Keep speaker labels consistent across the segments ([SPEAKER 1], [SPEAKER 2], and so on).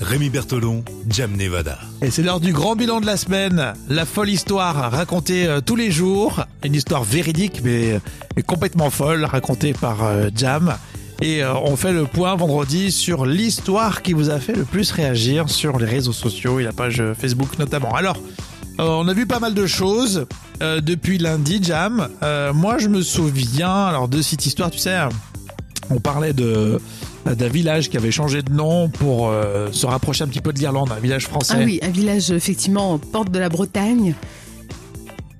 [SPEAKER 1] Rémi Bertolon, Jam Nevada.
[SPEAKER 2] Et c'est l'heure du grand bilan de la semaine. La folle histoire racontée euh, tous les jours. Une histoire véridique mais, euh, mais complètement folle racontée par euh, Jam. Et euh, on fait le point vendredi sur l'histoire qui vous a fait le plus réagir sur les réseaux sociaux et la page euh, Facebook notamment. Alors, euh, on a vu pas mal de choses euh, depuis lundi, Jam. Euh, moi, je me souviens alors de cette histoire, tu sais, on parlait de d'un village qui avait changé de nom pour euh, se rapprocher un petit peu de l'Irlande, un village français.
[SPEAKER 3] Ah oui, un village effectivement porte de la Bretagne.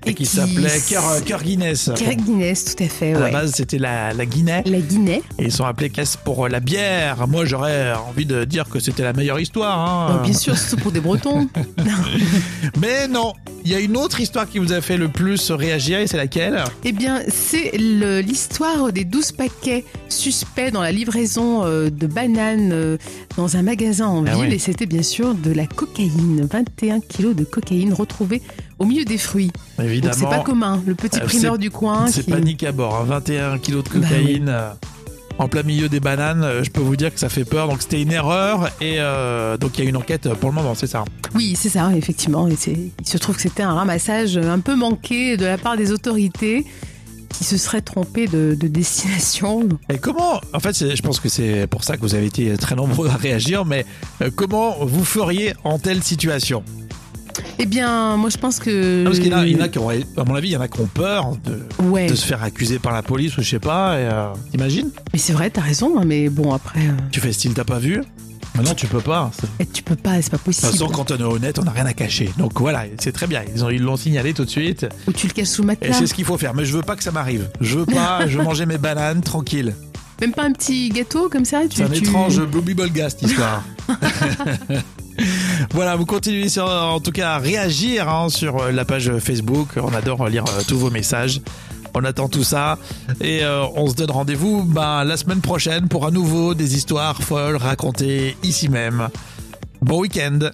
[SPEAKER 2] et qui s'appelait Cœur, Cœur Guinness.
[SPEAKER 3] Cœur Guinness, tout à fait.
[SPEAKER 2] à la
[SPEAKER 3] ouais.
[SPEAKER 2] base, c'était la, la Guinée.
[SPEAKER 3] La Guinée.
[SPEAKER 2] Et ils sont appelés Caisse pour la bière. Moi, j'aurais envie de dire que c'était la meilleure histoire. hein.
[SPEAKER 3] Oh, bien sûr, surtout pour des Bretons.
[SPEAKER 2] Mais non, il y a une autre histoire qui vous a fait le plus réagir et c'est laquelle
[SPEAKER 3] eh bien, c'est le- l'histoire des 12 paquets suspects dans la livraison euh, de bananes euh, dans un magasin en
[SPEAKER 2] Ah
[SPEAKER 3] ville.
[SPEAKER 2] ouais.
[SPEAKER 3] Et c'était bien sûr de la cocaïne. 21 kilos de cocaïne retrouvés au milieu des fruits. Donc c'est
[SPEAKER 2] Évidemment,
[SPEAKER 3] pas commun. Le petit
[SPEAKER 2] Euh,
[SPEAKER 3] primeur du coin.
[SPEAKER 2] c'est
[SPEAKER 3] qui-
[SPEAKER 2] panique à bord. hein. 21 kilos de
[SPEAKER 3] Bah oui.
[SPEAKER 2] cocaïne. euh, En plein milieu des bananes, Euh, je peux vous dire que ça fait peur. Donc c'était une erreur et euh, donc il y a une enquête pour le moment, c'est ça.
[SPEAKER 3] Oui, c'est ça, effectivement. Et c'est- il se trouve que c'était un ramassage un peu manqué de la part des autorités qui se seraient trompées de, de destination.
[SPEAKER 2] Et comment, en fait, c'est- je pense que c'est pour ça que vous avez été très nombreux à réagir, mais euh, comment vous feriez en telle situation
[SPEAKER 3] Eh bien, moi je pense que.
[SPEAKER 2] Non, Ah, Parce qu'il y en a, il y en a qui auraient- à mon avis, il y en a qui ont peur de,
[SPEAKER 3] Ouais,
[SPEAKER 2] de se faire accuser par la police ou je sais pas. Et, euh, t'imagines
[SPEAKER 3] mais c'est vrai, t'as raison. hein, Mais bon, après, euh,
[SPEAKER 2] Tu fais style, t'as pas vu Mais Non, tu peux pas. De
[SPEAKER 3] eh, tu peux pas, c'est pas
[SPEAKER 2] toute
[SPEAKER 3] possible.
[SPEAKER 2] façon, quand on est honnête, on n'a rien à cacher. Donc voilà, c'est très bien. Ils ont- ils l'ont signalé tout de suite.
[SPEAKER 3] Ou tu le caches sous le
[SPEAKER 2] Et
[SPEAKER 3] matelas.
[SPEAKER 2] c'est ce qu'il faut faire. Mais je veux pas que ça m'arrive. Je veux pas. je veux manger mes bananes tranquille.
[SPEAKER 3] Même pas un petit gâteau comme ça tu,
[SPEAKER 2] C'est un
[SPEAKER 3] tu-
[SPEAKER 2] étrange Blue Bolga cette histoire. voilà, vous continuez sur- euh, en tout cas à réagir hein, sur euh, la page Facebook. On adore lire euh, tous vos messages. On attend tout ça et euh, on se donne rendez-vous ben, la semaine prochaine pour à nouveau des histoires folles racontées ici même. Bon week-end